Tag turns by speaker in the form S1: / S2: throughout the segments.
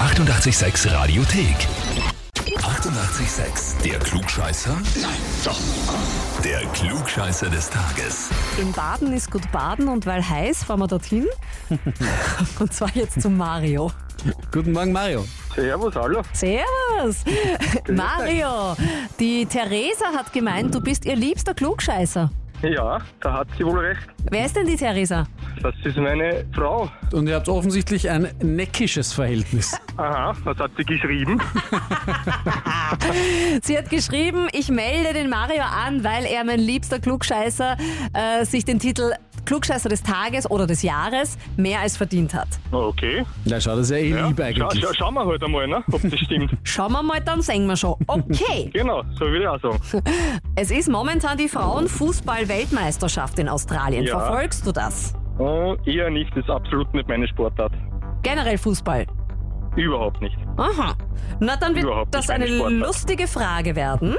S1: 886 Radiothek. 88,6. Der Klugscheißer? Nein, doch. Der Klugscheißer des Tages.
S2: In Baden ist gut baden und weil heiß fahren wir dorthin. und zwar jetzt zum Mario.
S3: Guten Morgen, Mario.
S4: Servus, hallo.
S2: Servus! Mario, die Theresa hat gemeint, du bist ihr liebster Klugscheißer.
S4: Ja, da hat sie wohl recht.
S2: Wer ist denn die Theresa?
S4: Das ist meine Frau.
S3: Und ihr habt offensichtlich ein neckisches Verhältnis.
S4: Aha, was hat sie geschrieben?
S2: Sie hat geschrieben, ich melde den Mario an, weil er mein liebster Klugscheißer äh, sich den Titel Klugscheißer des Tages oder des Jahres mehr als verdient hat.
S4: Okay.
S3: Na, schau, das ist ja eh lieb
S4: Schau,
S3: eigentlich.
S4: schau, schauen wir halt einmal, ne, ob das stimmt.
S2: Schauen wir mal, dann sehen wir schon. Okay.
S4: genau, so würde ich auch sagen.
S2: Es ist momentan die Frauenfußball-Weltmeisterschaft in Australien.
S4: Ja.
S2: Verfolgst du das?
S4: Oh, eher nicht, das ist absolut nicht meine Sportart.
S2: Generell Fußball.
S4: Überhaupt nicht.
S2: Aha. Na, dann wird
S4: Überhaupt
S2: das
S4: nicht meine
S2: eine
S4: Sportart.
S2: lustige Frage werden.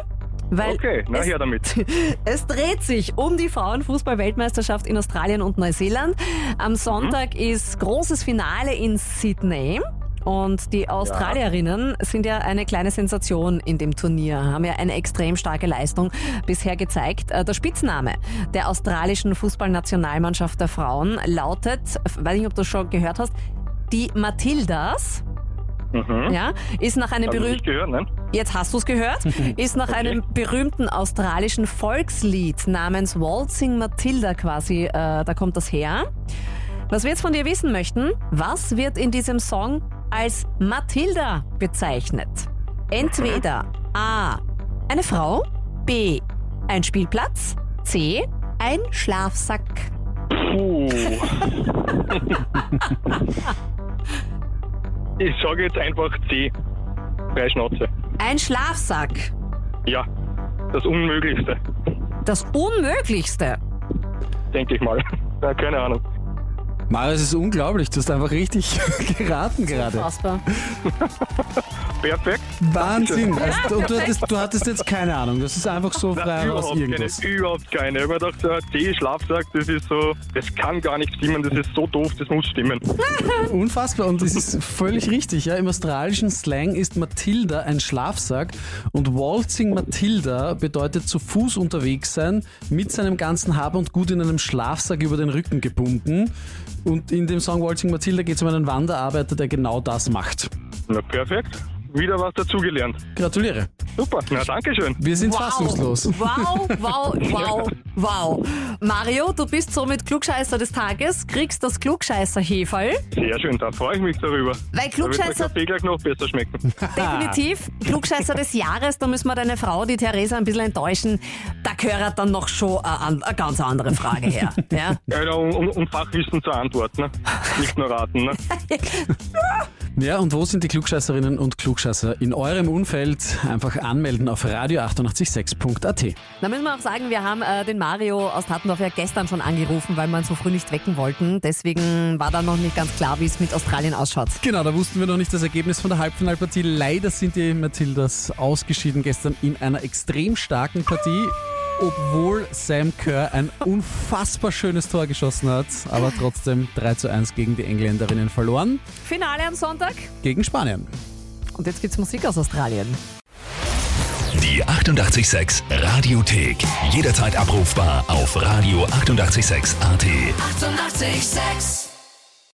S2: Weil
S4: Okay, na
S2: es,
S4: her damit.
S2: es dreht sich um die Frauenfußball-Weltmeisterschaft in Australien und Neuseeland.
S4: Mhm.
S2: Am Sonntag ist großes Finale in Sydney. Und die Australierinnen sind ja eine kleine Sensation in dem Turnier, haben ja eine extrem starke Leistung bisher gezeigt. Äh, Der Spitzname der australischen Fußballnationalmannschaft der Frauen lautet, weiß nicht, ob du schon gehört hast, die Matildas,
S4: Mhm.
S2: ja, ist nach einem
S4: Hab ich
S2: berühmten
S4: nicht gehört, ne?
S2: Jetzt hast du's gehört, ist nach einem berühmten australischen Volkslied namens Waltzing Matilda quasi, äh, da kommt das her. Was wir jetzt von dir wissen möchten, was wird in diesem Song als Matilda bezeichnet? Entweder A. Eine Frau, B. Ein Spielplatz, C. Ein Schlafsack.
S4: Puh. ich sage jetzt einfach C. Freie Schnauze.
S2: Ein Schlafsack.
S4: Ja, das Unmöglichste,
S2: Das Unmöglichste.
S4: denke ich mal. Ja, keine Ahnung.
S3: Mario, es ist unglaublich. Du hast einfach richtig geraten gerade.
S2: Unfassbar.
S4: Perfekt.
S3: Wahnsinn. Also, und du hattest, du hattest jetzt keine Ahnung. Das ist einfach so frei aus
S4: überhaupt keine,
S3: irgendwas.
S4: überhaupt keine. Ich habe mir gedacht, so ein D-Schlafsack, das ist so, das kann gar nicht stimmen, das ist so doof, das muss stimmen.
S3: Unfassbar. Und es ist völlig richtig. Ja, Im australischen Slang ist Matilda ein Schlafsack und Waltzing Matilda bedeutet zu Fuß unterwegs sein, mit seinem ganzen Hab und Gut in einem Schlafsack über den Rücken gebunden. Und in dem Song Waltzing Matilda geht es um einen Wanderarbeiter, der genau das macht.
S4: Na perfekt, wieder was dazugelernt.
S3: Gratuliere.
S4: Super, na danke schön.
S3: Wir sind fassungslos.
S2: Wow, wow, wow, wow. Mario, du bist somit Klugscheißer des Tages, kriegst das Klugscheißer-Heferl.
S4: Sehr schön, da freue ich mich darüber.
S2: Weil
S4: Da wird der
S2: Klugscheißer
S4: Kaffee gleich noch besser schmecken.
S2: definitiv Klugscheißer des Jahres, da müssen wir deine Frau, die Theresa, ein bisschen enttäuschen. Da gehört dann noch schon eine, an- eine ganz andere Frage her. Ja?
S4: Ja, genau, um, um, um Fachwissen zu antworten, ne? nicht nur raten. Ne?
S3: Ja, und wo sind die Klugscheißerinnen und Klugscheißer in eurem Umfeld? Einfach anmelden auf radio886.at.
S2: Da müssen wir auch sagen, wir haben äh, den Mario aus Tattendorf ja gestern schon angerufen, weil wir ihn so früh nicht wecken wollten. Deswegen war da noch nicht ganz klar, wie es mit Australien ausschaut.
S3: Genau, da wussten wir noch nicht das Ergebnis von der Halbfinalpartie. Leider sind die Matildas ausgeschieden gestern in einer extrem starken Partie. Obwohl Sam Kerr ein unfassbar schönes Tor geschossen hat, aber trotzdem 3 zu 1 gegen die Engländerinnen verloren,
S2: Finale am Sonntag.
S3: gegen Spanien.
S2: Und jetzt gibt's Musik aus Australien.
S1: Die 88,6 Radiothek. Jederzeit abrufbar auf radio886.at. 88,6.
S5: Eighty-eight, sex.